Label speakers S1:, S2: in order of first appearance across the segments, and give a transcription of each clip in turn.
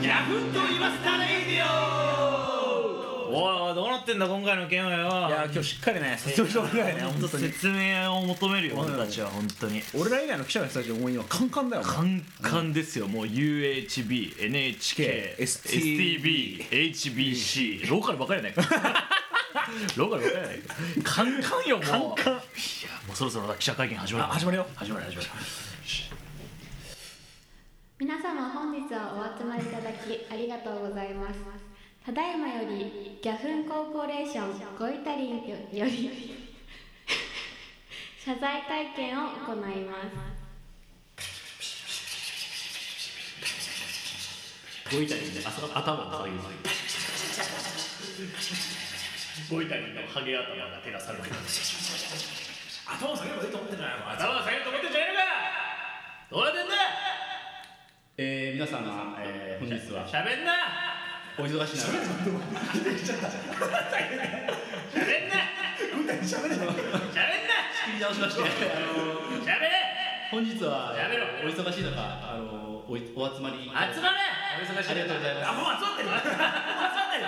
S1: ギャフンと言いますたレイディオ
S2: おいどうなってんだ今回の件はよ
S1: いや今日しっかりね説明してもらえない
S2: 本当説明を求めるよ
S1: うん
S2: 俺たちは本当に
S1: 俺ら以外の記者の人たちの思いはカンカンだよもう
S2: カンカンですよ、もう UHB、NHK、
S1: STB
S2: STB、HBC、ローカルばかりやないか。 ローカルばかりやないか。カンカンよ、もう。
S1: カンカン
S2: いや、もうそろそろ記者会見始まる。
S1: あ始まるよ
S2: 始まる、始まる。
S3: 皆様本日はお集まりいただきありがとうございますただいまよりギャフンコーポレーションゴイタリンより 謝罪会見を行います
S2: ボイタリンで頭を下げる。ボイタリンのハゲ頭が照らされる。
S1: 頭下げればいいと思ってんじゃないの
S2: 頭を下げると思ってんじゃねえのかどうなってんだ
S4: えー、皆様、えー、本日は
S2: 喋んな
S4: お忙しい中、
S2: 喋んな喋んな
S4: 切り直しまして、あのー
S2: 喋れ
S4: 本日は
S2: やめろ
S4: お忙しい中、あのー、おいお集まりいただき
S2: 集まれお忙しい
S4: ありがとうございます
S2: あ、もう集まってる集まってる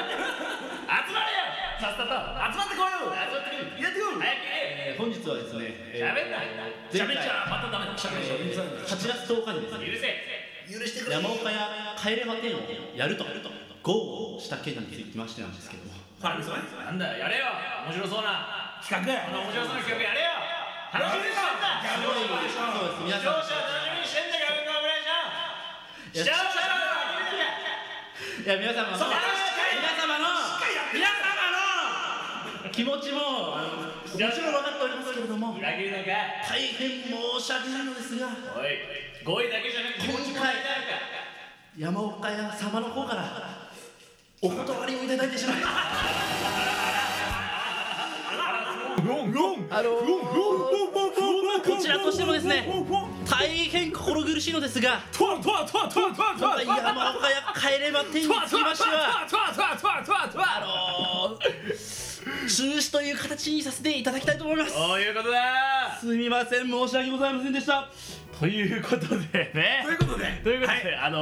S2: 集まれよさっさと集まってこいよ集まってくるやってこい早く
S4: えー本日はですね、え
S2: や
S4: ー
S2: べんな
S4: 前
S2: 喋
S4: 回
S2: っちゃまたダメだ喋っちゃ
S4: えー8月10日にです
S2: 許
S4: ね、
S2: せ
S4: 山岡屋帰れま店をやると、豪語した件につきましてなんですけども、
S1: ファンですよね
S2: なんだよやれよ面白そうな
S1: 企画
S2: この面白そうな企画やれよ楽しみにしてんだ
S4: すごいそうです皆
S2: 視聴者
S4: さん
S2: は楽しみにしてんだギャグのオムライス視聴者は楽しみにしてんだ
S4: いや皆様の
S2: う皆
S4: 皆様の
S2: 様
S4: 気持ちもあのもちろん分かっておりますけれども
S2: の、裏切るのか
S4: 大変申し訳ないのですが。
S2: おい語彙だけじゃなくて気持ちも大事なのか
S4: 山岡屋様の方からお断りをいただいてしまいましたあのこちらとしてもですね大変心苦しいのですが今回山岡屋帰れま店につきましてはあの中止という形にさせていただきたいと思います
S2: そういうことだ
S4: すみません申し訳ございませんでした
S2: ということでね
S1: ということで
S2: ということで、あの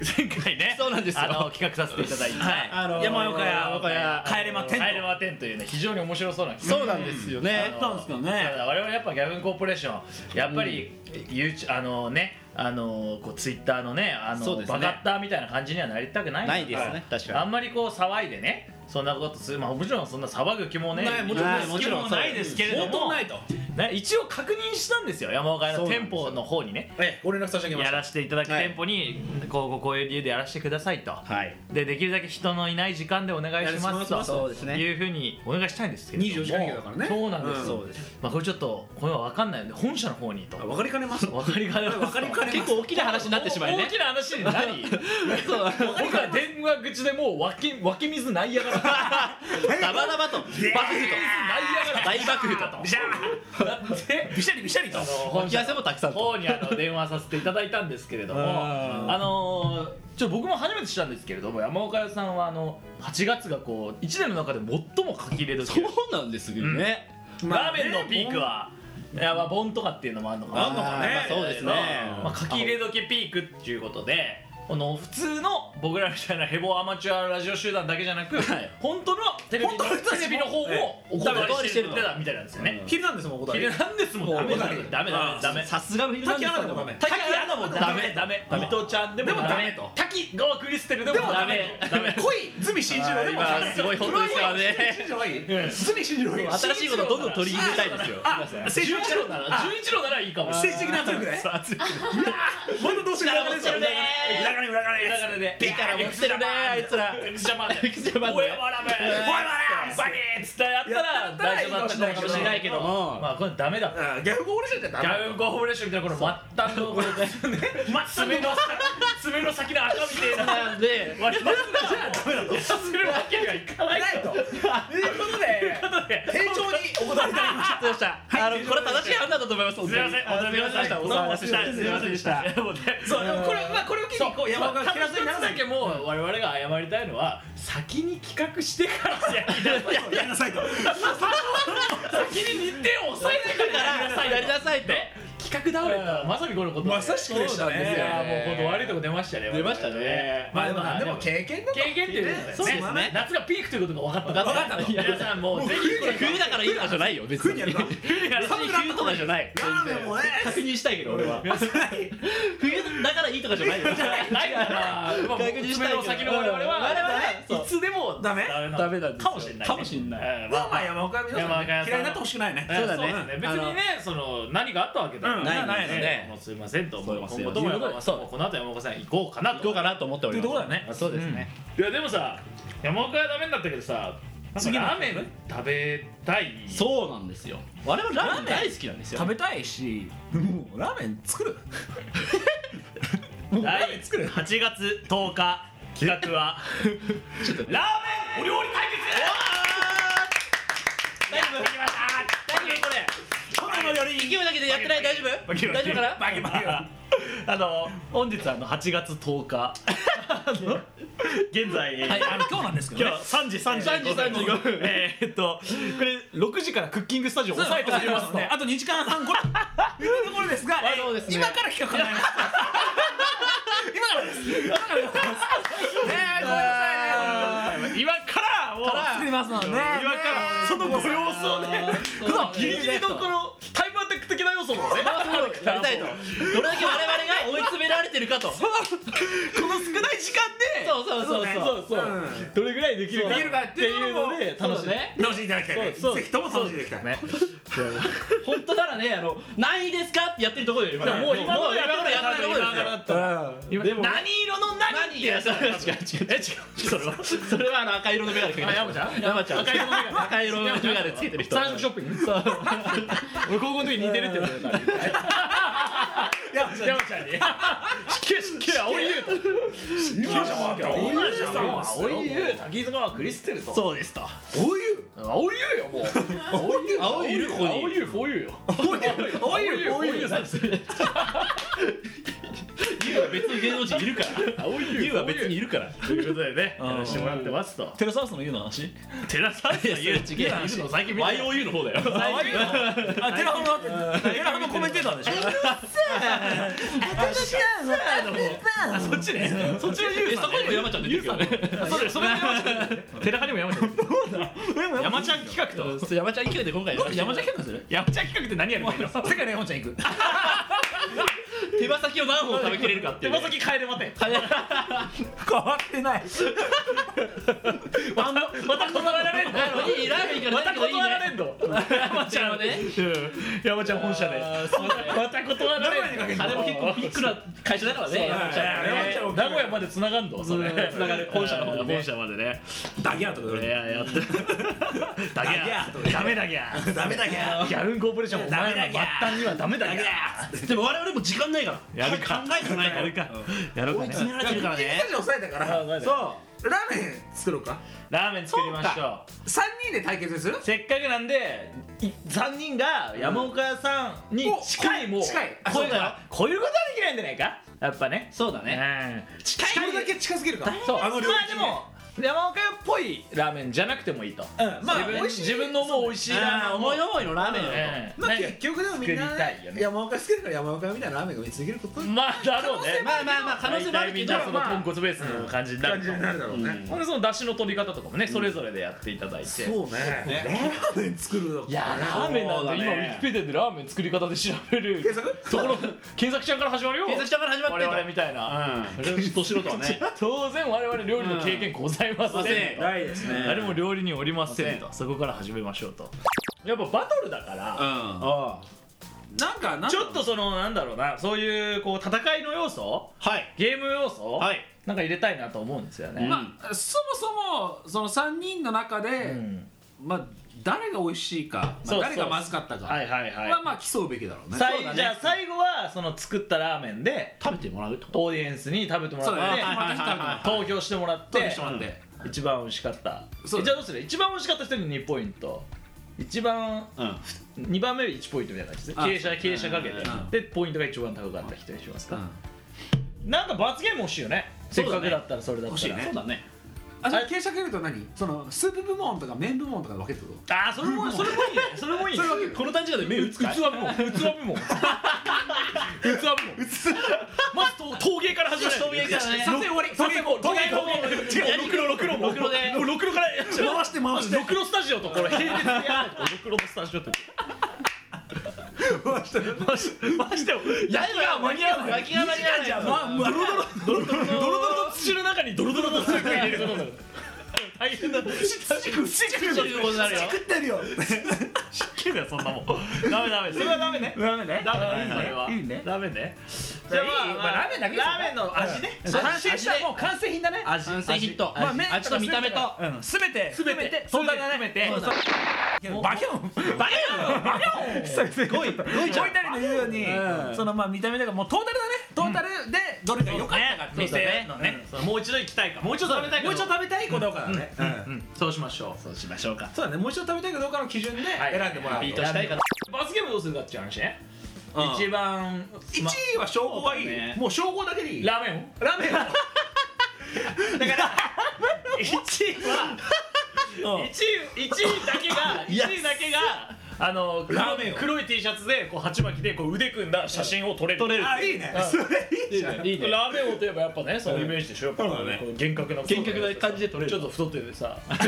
S2: ー、前回ね
S4: そうなんですよ
S2: あのー企画させていただいて、
S4: はいあのー
S2: 山岡屋
S4: 山岡屋
S2: 帰れま天帰れま天というね非常に面白そうな企画
S4: そうなんですよね
S1: やったんですけどね
S2: ただ我々やっぱギャブンコーポレーションやっぱり、YouTube あのねあのこうツイッターのねあ
S4: そう
S2: の
S4: ですね
S2: バカッターみたいな感じにはなりたくない
S4: ないですね
S2: はい
S4: 確かに
S2: あんまりこう騒いでねそんなことするまあもちろんそんな騒ぐ気もね
S1: ないもちろん
S4: はいもちろん
S2: 気もないですけれど
S1: 相当
S2: も
S1: ないと
S2: ね一応確認したんですよ山岡屋の店舗の方にね
S1: ええご連絡差し上げま
S2: や
S1: した
S2: らせていただく
S4: はい
S2: 店舗に、こうこうこういう理由でやらせてくださいと、
S4: はい
S2: でできるだけ人のいない時間でお願いします
S1: いや
S2: と
S4: そうですね
S2: いうふうにお願いしたいんですけれども
S1: 24時間営業だからね
S2: そうなんです、
S1: うん
S4: そうです
S2: まあ、これちょっとこれは分かんないので本社の方にと
S1: あわかりかねます
S2: 分かりかねます
S1: わかりかねます
S4: 結構大きな話になってしまいね
S2: 大きな話になり
S4: そう
S2: 僕は電話口でもう湧き湧き水ないやがら
S4: ダバダバと爆風と大爆風と
S2: ビシャーで
S1: びしゃりびしゃりと
S2: あの
S4: 脇
S2: 本社
S4: 汗もたくさんと
S2: 方にあの電話させていただいたんですけれども、
S1: あー
S2: あのーちょっと僕も初めて知ったんですけれども、山岡屋さんはあの8月がこう一年の中で最も書き入れ時、
S4: そうなんですよね、
S2: ラーメンのピークは。いやまあ盆とかっていうのもあるのかな
S1: あんのかね
S4: まあ、そうですね、
S2: まあ、書き入れ時ピークっていうことでこの普通の僕らみたいなヘボアマチュアラジオ集団だけじゃなく、
S4: はい
S2: 本当のテレビの
S1: 本当の人たち
S2: テ
S1: も
S2: レビの方もお断りしてるってたみたいなんですよね、
S1: 昼なんですもんお答
S2: ヒ
S1: え
S2: ルナンデスもダメだ
S1: もう
S2: ダメだダメ
S4: さすがフィルダ
S1: 滝
S4: ンデス
S1: アナでも
S4: さん
S1: ダメ
S2: 滝アナもダメダメ
S4: ダメ
S2: 伊藤ちゃんでも
S1: でも
S2: ダメ
S1: ダメと
S2: 滝川クリステルでもダメダメ
S1: 恋泉進次郎でも
S4: あー今すごい本当ですから ね
S1: 泉進次郎いい
S4: 新しいことどんどん取り入れたいですよ
S2: あ
S4: すいません
S2: 十一郎なら十一郎ならいいかも
S1: 政治的な圧力ね
S2: そう圧力
S1: まだどうしよう
S2: 力持ってるね
S1: 裏金裏金裏
S2: だ
S1: 金
S2: からね
S4: ピカラ持ってるねあいつら
S2: エクスジャパン
S4: エクスジャパン
S2: お
S4: で
S2: やわらめ
S1: おい
S2: バキッつってやったら大丈夫だったかもしれないけど
S4: うん
S2: まあこれダメだった
S1: あーギャフゴールじゃダ
S2: ギ
S1: メ
S2: ャウンコーポレーションみたいなこの末端のこのね爪の爪の先の赤みたいな
S4: なんで
S2: 割り出すのじゃダメだとするわけにはいかない
S1: ないとということで丁重にお答えいただきました
S4: どうした、あのこれ正しい判断だと思います
S2: すみません、お疲れ様でした。お騒がせした。すみませんでした。そう、でもこれ、まあ、これを機に、こう、山岡が
S1: そう
S2: 一つだけもう、我々が謝りたいのは、先に企画してからやりなさい。
S1: やりなさいと
S2: 先に日程を抑えてからやりなさい。
S4: やりなさいと
S2: ね企
S4: 企画倒れた
S2: まさにこのこと
S1: まさしくでした
S2: そ
S1: ね
S2: うなんですよいやもう本当悪いとこ出ましたね
S4: 出ましたね
S1: まあでも何でも経験だと
S2: 経験っていうこと
S4: そう
S2: だ
S4: で
S2: よ
S4: す
S2: ね
S4: ね
S2: 夏がピークということが分かった
S4: 分かったの
S2: 皆さんもうぜひこれ
S4: 冬だからいいとかじゃないよ別
S1: 冬にやる
S4: に
S1: な
S4: 冬やる
S1: 寒くなった
S4: 冬とかじゃない
S1: ラーメンもね
S4: 確認したいけど 俺は冬だからいいとかじゃないよ
S2: ないからまあ
S4: 確認したい
S2: 爪
S4: けど
S2: の先の我々は
S4: 我々はそう
S2: いつでも
S1: ダメ
S2: なの
S4: ダメなんですよ
S2: かもしれないね
S4: かもしれない
S2: うんま
S1: ま
S2: あ
S1: あまあ山岡は皆さんね
S2: 山岡さん
S1: 嫌いになってほしくないね
S4: そうだね
S2: です別にねその何があったわけでは
S1: うん
S2: ない
S4: ない
S2: の
S4: で
S2: で、
S4: すね
S2: もうすいませんと
S4: そう
S2: もう
S4: です
S2: 今後
S4: よ
S2: とも山岡さん
S4: そう
S2: もこの後山岡さん行こうかな
S4: 行ことうかなと思っております
S1: っていうとこだね
S4: そうですね
S2: いやでもさ山岡はダメになったけどさなん
S1: 次
S2: か
S1: の
S2: ラーメン食べたい
S4: そうなんですよ我々ラーメン大好きなんですよ
S1: 食べたいしもうラーメン作るもうラーメン作る
S5: 8月10日企画 は
S4: ちょっとね
S5: ラーメンお料理対
S4: 大丈夫これ
S5: 決この料理
S4: 勢いだけでやってない大丈夫
S5: バキバ
S4: 大
S5: キ
S4: 丈夫かな
S1: バキバキよ
S5: あの本日あの8月10日あの現在、えー
S1: はいあの今日なんですけど
S5: 今
S1: ね
S5: 日3時3時
S4: 3時35分
S5: えーっとこれ6時からクッキングスタジオ押さえておりますので
S1: あと2時間半これというところですが、
S4: あそうですね
S1: 今から企画考えます今からです今からですねえごめんなさいね
S5: 今からもう
S1: 作りますのでね
S5: 今からそのご様子をね
S4: そうなんです
S5: ギリギリのこのタイムアタック的な要素もね
S4: やりたいとどれだけ我々が追い詰められてるかとそう
S1: この少ない時間で
S4: そうそうそう
S1: そうそう、
S5: どれぐらいできる
S1: できるかっていうのも
S4: 楽しいね
S1: 楽しんでいただきたいね
S5: そうそう
S1: ぜひとも楽しんでいただきたいね
S4: 本当ならねあの何位ですかってやってるところよ今もう今頃やってるところですよ
S5: でも
S4: 何色の何ってやつ違う違う違うそれはそれはあの赤色のメガネかけてる
S2: 山ちゃん
S4: 山ちゃん
S2: 赤色のメガネ
S4: 赤色のメガネつけてる人
S2: 三色ショッピング
S5: 俺高校の時似てるって言われた
S2: 山ちゃんに
S5: けしけ青い優
S1: 今じゃん
S2: お
S1: 今じゃん
S2: いゆ滝沢クリステルと
S4: そうですと
S1: お湯
S2: 青いゆよもう
S4: 青いいるここ
S2: 青
S4: に
S2: いゆフォーユーよ
S1: お湯
S2: 青いゆさん
S4: 優は別に芸能人いるから
S2: 青いゆ
S4: 優は別にいるから
S2: ということでねやらしてもらってますと
S5: テラサウスの優の話
S4: テラサウスの優違う優の最近 YOU の方だよ
S1: あテラハムだってテラハムコメンテーターでしょ
S4: あそっちねそっちの優そこにも山ちゃん出てるよね
S2: そうだよそれで山ちゃんテレハにも山ちゃん
S5: 山ちゃん企画と
S4: そう山ちゃん勢いで今回山ちゃん
S5: 企画する
S2: 山ちゃん企画って何やるの手
S1: 世界の絵本ちゃん行く
S4: 手羽先を何本食べきれるかっていうね
S2: 羽先変えれません
S1: 変わってない
S2: またまた断られんの
S4: あのいいラーメンから
S2: ま
S4: 出て
S2: た
S4: くるいい
S2: 断ら
S4: ね
S2: れんの
S4: 山ちゃんね
S2: 山ちゃん本社でまた断られんの
S4: あれも結構ビッグな会社だからね山ちゃんは
S1: 山
S4: ね
S1: ちゃんを
S2: 名古屋まで繋がんのそれ
S4: 繋がる本社の方がね
S2: 本社までね
S1: ダギャーとか言わ
S2: い
S1: れ
S2: ややって
S1: ダ
S2: ダ
S1: ギ
S2: ギ
S1: ャ
S2: ャ
S1: ーと
S2: ー
S1: か
S2: ダメだギャー
S1: ダメだギャー
S2: ギャルンコーポレーションお前らの末端にはダメだギャー
S4: でも我々も時間ないから
S2: やるか
S4: 考えてないから
S2: かやろうかね
S4: 詰められてるからね
S1: スタジオ抑えたからそうラーメン作ろうか
S2: ラーメン作りましょ
S1: 3人で対決する
S2: うせっかくなんでい3人が山岡さんに
S1: うん
S2: 近いもう
S1: お近いあ
S2: 声
S1: そう
S2: がこういうことはできないんじゃないかやっぱね
S4: そうだね
S2: うん近
S1: 近いだけ近すぎるか
S2: そうま
S1: あ
S2: あ
S1: の
S2: で
S1: 領域ね
S2: も山岡っぽいラーメンじゃなくてもいいと
S1: うんまあ
S2: 自分
S1: 美味しい
S2: 自分の思う美味しいラーメンを
S4: 思い思いのラーメンだ
S2: ええ
S1: まあ
S2: なんか
S1: 結局でもみんな
S2: 作りたいよね
S1: 山岡好きだから山岡みたいなラーメンが見続けることに
S2: まあだろうね
S4: とまあまあまあ可能性もあるけど
S2: 大体みんなその豚骨ベースの感じになる
S1: 感じ
S2: と
S1: になるだろうね
S2: ほんでその出汁の取り方とかもねそれぞれでやっていただいて
S1: そうねラーメン作るの
S2: いやラーメンなんて今ウィキペディアでラーメン作り方で調べる
S1: 検索
S2: ところ検索ちゃんから始まるよ
S4: 検索者から始まって
S2: 我
S4: と
S2: 々みたいな
S4: 年素人はね
S2: 当然我々料理の経験ございませんと
S4: ません
S1: ないですね
S2: 誰も料理におりませんとそこから始めましょうとやっぱバトルだから
S4: うん
S2: あ
S1: なんかな
S2: あ
S1: ん
S2: ちょっとそのなんだろうなそういうこう戦いの要素
S4: はい
S2: ゲーム要素、
S4: はい
S2: なんか入れたいなと思うんですよね、
S1: まあそもそもその3人の中で、
S2: うん
S1: まあ誰が美味しいか、ま
S2: そ
S1: あ、
S2: うそう
S1: 誰がまずかったか
S2: はいはいはい、
S1: はまあ競うべきだろうね
S2: さい
S4: そうだね
S2: じゃあ最後はその作ったラーメンで
S4: 食べてもらうってこと
S2: オーディエンスに食べてもら
S1: そうだね、
S4: はい
S2: っ
S1: まあ、ぜひ食べてもらって
S2: て投票してもらって
S1: 投票してもらって、
S2: 一番美味しかった
S1: そう
S2: えじゃあどうする一番美味しかった人に2ポイント一番
S4: うん
S2: 2番目1ポイントみたいな感じで
S1: あ
S2: 傾斜傾斜かけ
S1: うん
S2: てでポイントが一番高かった人にします
S1: うん
S2: かなんか罰ゲーム欲しいよねせ
S4: そう
S2: っ
S4: だね
S2: かくだったらそれだっ
S1: 欲
S2: た
S1: しい
S2: ら
S1: ね
S4: そうだね
S1: あじゃあ傾斜かけると何そのスープ部門とか麺部門とかで分けてるってこ
S2: ああそれもそれもいいねそれもいいね
S1: それもいい
S4: この短時間で目打つかい
S2: 器部門器部門もまずと陶芸から始まる
S4: 陶芸からね
S2: 撮影終わり撮影もう陶芸陶芸違うろくろろくろも
S4: ろくろで
S2: もうろくろから回
S1: して回して
S2: ろくろスタジオとこれ並列でやったろくろのスタジオと
S1: 回して
S2: ましましても焼きが間に合わない
S4: 巻きが間に合わない
S1: まあまあドロドロ
S2: ドロドロの土の中にドロドロのスープ入れる大変だ
S1: 土食う土 食う
S4: ということになるよ
S1: 土食ってるよ
S2: けだよそんなもんダメダメそれはダメね
S1: ダメね
S2: ダメねそれはい
S1: いね
S2: ダメね
S1: じゃあまあラーメンだけ
S2: ラーメンの味ね
S1: そう完成した
S4: 味ね
S1: もう完成品だね
S4: 味完成ヒット
S1: まあ
S4: 味
S1: 麺
S4: 味と見た目と
S1: すべて
S2: 全て
S1: そんなねめて
S4: そうだ
S1: バキョンバキョンバキョンすごいすごいじゃんたりの言うようにそのまあ見た目だからもうトータルだねトータルでどれが良かったかっていう店のね
S2: そうもう一度行きたいかもう一度食べたいか
S1: もう一度食べたいかどうかだねうん
S2: うんそうしましょうそうしましょうか
S1: そうだねもう一度食べたいかどうかの基準で選んでもらう
S4: リピートしたいかな
S2: 罰ゲームどうするかっていう話ね
S1: うん
S2: 一番
S1: 1位は称号はいい
S2: そうだね
S1: もう称号だけでいいラ
S2: ラーメンを
S1: ー メンは
S2: 1位一位だけが1位だけがあの黒
S1: ラーメンを
S2: 黒い T シャツでこう鉢巻きでこう腕組んだ写真を撮れる撮れ
S1: あいいねそれいいじゃん
S2: いいねラーメンをといえばやっぱねそのイメージでしょやっぱ
S1: そうだね
S2: こう厳格な
S4: 厳格な感じで撮れる
S2: ちょっと太っててさ 若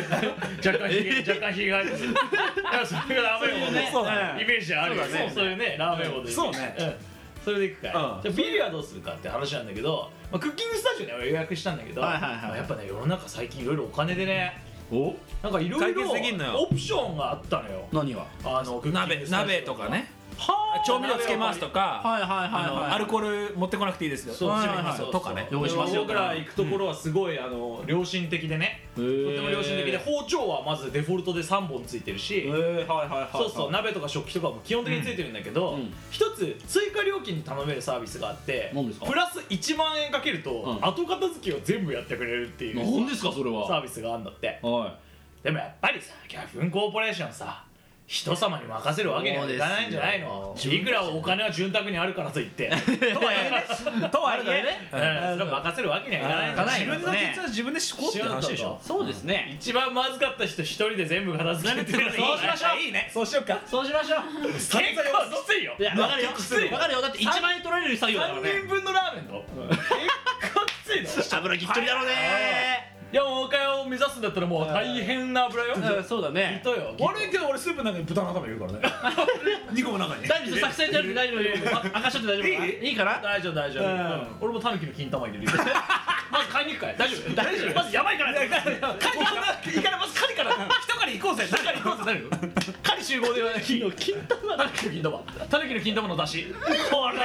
S2: 干ひげ若干ひげがある だからそれがラーメン王のね
S1: そうだね
S2: イメージあるよ
S1: そうだね
S2: ねそういうねラーメン王で
S1: そうね
S2: んそれでいくかい、
S1: うん
S2: じゃあビールはどうするかって話なんだけど、まあ、クッキングスタジオには予約したんだけど、
S4: はいはいはい
S2: まあやっぱね世の中最近いろいろお金でね
S4: お
S2: なんかいろいろ
S1: 解決できんのよ
S2: オプションがあったのよ
S4: 何は
S2: あのクッキング
S1: 鍋
S2: スタジオ
S1: 鍋とかね
S2: はあ
S1: 調味料つけますとか
S4: はいはいはい
S1: あの
S4: はい
S1: アルコール持ってこなくていいですよ
S2: そうはい
S1: 締め
S2: はい
S1: ますよとかね
S2: そう
S4: 用意しますよ
S2: 僕ら行くところはすごい、あの良心的でね
S4: と
S2: とっても良心的で包丁はまずデフォルトで3本ついてるし、
S1: えはいはいはい
S2: そうそう鍋とか食器とかも基本的についてるんだけど
S4: うん
S2: 一、つ追加料金に頼めるサービスがあって
S4: 何ですか
S2: プラス1万円かけると、
S4: ん
S2: 後片付けを全部やってくれるっていう
S4: 何ですかそれは
S2: サービスがあるんだって
S4: は
S2: でもやっぱりさギャフンコーポレーションさ人様に任せるわけにはいかないんじゃないの
S4: そうですよ
S2: いくらお金は潤沢にあるからといってとはいえね
S1: とはいえ
S2: うんそれは任せるわけにはいかないんだ
S1: 自
S4: う
S1: 分
S4: ん
S1: の決断は自分でしこうって話でしょ
S4: そうですね
S2: 一番まずかった人一人で全部片付けてる
S4: そうしましょう
S1: いいねそうしようか
S4: そうしましょう
S2: 結構きついよ
S4: いや分かるよ
S2: きつい
S4: 分かるよだって1万円取られる作業だから
S2: 3
S4: ね
S2: 人分のラーメンの結構きついの
S4: 油ぎっちりだろうね
S2: いやもうおかを目指すんだったらもう大変な油よ
S4: うんそうだね
S2: 人よ
S1: 悪いけど俺スープの中に豚の頭入れる からね二個も中に
S4: 大丈夫作戦大丈夫大丈夫明かしちゃって大丈夫かないいかな
S2: 大丈夫大丈夫
S1: うん
S2: 俺もタヌキの金玉入れるよまず買いに行くから大丈夫大丈夫まずやばいから狩りからまず狩りから一狩り行こうぜ一狩り行こうぜなるよ狩り集合で金の金玉タヌキの金玉タヌキの金玉の出汁これが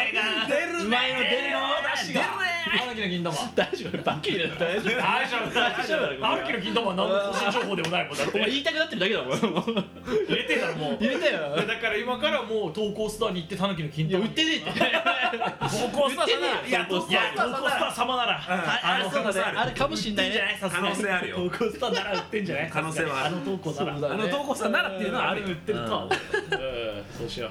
S1: 出るね
S2: うまいの出るよ出汁がタヌキの金玉
S4: 大丈夫バッキリだよ大丈夫
S2: 大丈夫大丈夫タヌキの金玉は何の個人情報でもないもんだっ
S4: お前
S2: て
S4: 言いたくなってるだけだもん
S2: 入れてんだろもう
S4: 言えたよ
S2: だから今からもう投稿スターに行ってタヌキの金
S4: いや
S2: 玉
S4: 売ってねえって
S2: 投稿スター様ならい
S1: いや
S2: や投
S1: 投
S2: 稿ス
S1: 稿ス
S2: タ
S1: ター様なら
S2: ー様なら
S4: ああそうだねあるかもしんないね
S1: 可能性あるよ
S2: 投稿スターなら売ってんじゃない
S1: 可能性はある
S2: あの投稿なら
S4: そうだね
S1: あの投稿さんならっていうのはあるよ
S2: 売ってるとは思ううんそうしよ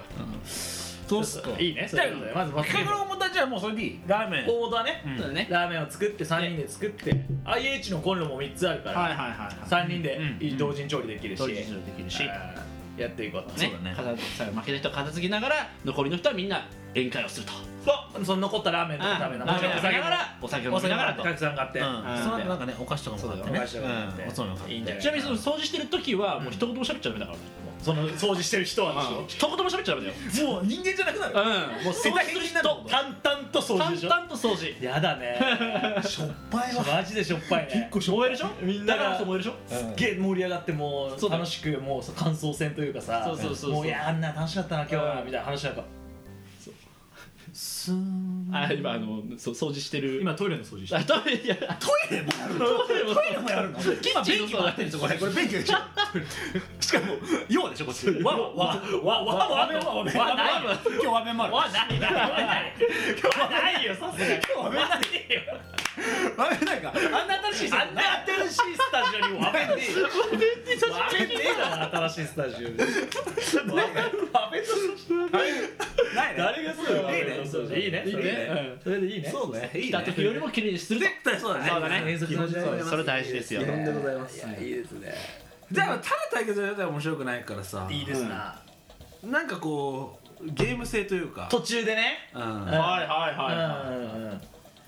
S1: そう
S2: ういいね
S1: じゃあ
S2: ということでまず
S1: 企画の問題じゃあもうそれでいいラーメン
S2: オーダーね
S4: そうだね
S2: ラーメンを作って3人で作って IH のコンロも3つあるか
S4: はい
S2: ら
S4: はいは
S2: 3
S4: い
S2: 人で
S1: うん
S2: 同時に調理できるし
S4: 取りできるし
S2: うんやっていこうと
S4: ね
S1: そうだね
S4: 片付さ負けた人は片付けながら残りの人はみんな宴会をすると
S2: そうその残ったラーメンとか食べな
S4: ラーメンを
S2: お
S4: 食べ
S2: 酒
S4: な
S2: も
S4: がらお酒を
S2: お
S4: 飲み
S2: 酒も
S4: な
S2: らって
S4: がらと
S2: たくさん買って
S1: うんその後なんかねお菓子とかもそうだよね
S2: お菓子とかも買って
S1: うんおつまみも買って
S2: いいんじゃない
S4: ちなみにその掃除してる時はもう一言も喋っちゃダメだからね
S2: その掃除してる人はでしょ
S4: 一言も喋っちゃダメだよ
S1: もう人間じゃなくなる
S4: うんもう掃除する人
S2: 淡々と掃除で
S4: 淡
S2: しょ
S4: 々と掃除
S2: やだね
S1: しょっぱいわ
S2: マジでしょっぱいね
S4: 構燃えるでしょみんな
S2: だから
S4: が燃えるでしょ
S2: すっげえ盛り上がっても
S4: そ
S2: う
S4: うだ
S2: 楽しくもうさ感想戦というかさ
S4: そうそうそうそう
S2: もういやあんな楽しかったな今日は
S1: うん
S2: みたいな話なんか
S4: あ今あのそう掃除してる
S2: 今トイレの掃除して
S4: あトイレいや
S1: トイレもやるのトイレもやるのキッ
S4: チンの
S1: もやってるでしょこれこれ便器でしょしかも用でしょこっちわわわわわわわべわわべ
S2: わない
S1: 今日わべもある
S2: わないないないないよさすがに
S1: 今日わべないよわべなんか
S2: あんな新しいあんな新しいスタジオにわべねえよわべねえだろ新しいスタジオにわべわべ
S1: ないね
S2: 誰がそうよ
S1: いいね
S2: そうそういいね
S1: いいね
S2: うんそれでいいね
S1: そうねいい
S4: だってよりも綺麗にすると
S1: 絶対そうだね
S4: そうだね
S2: そうそう
S4: それ大事ですよ
S1: でございますいやいいですねじゃあただ対決やったら面白くないからさ
S2: いいですな
S1: なんかこうゲーム性というか、
S2: 途中でね
S1: うん、
S2: ん
S6: はいはいはいは
S2: うんうんうん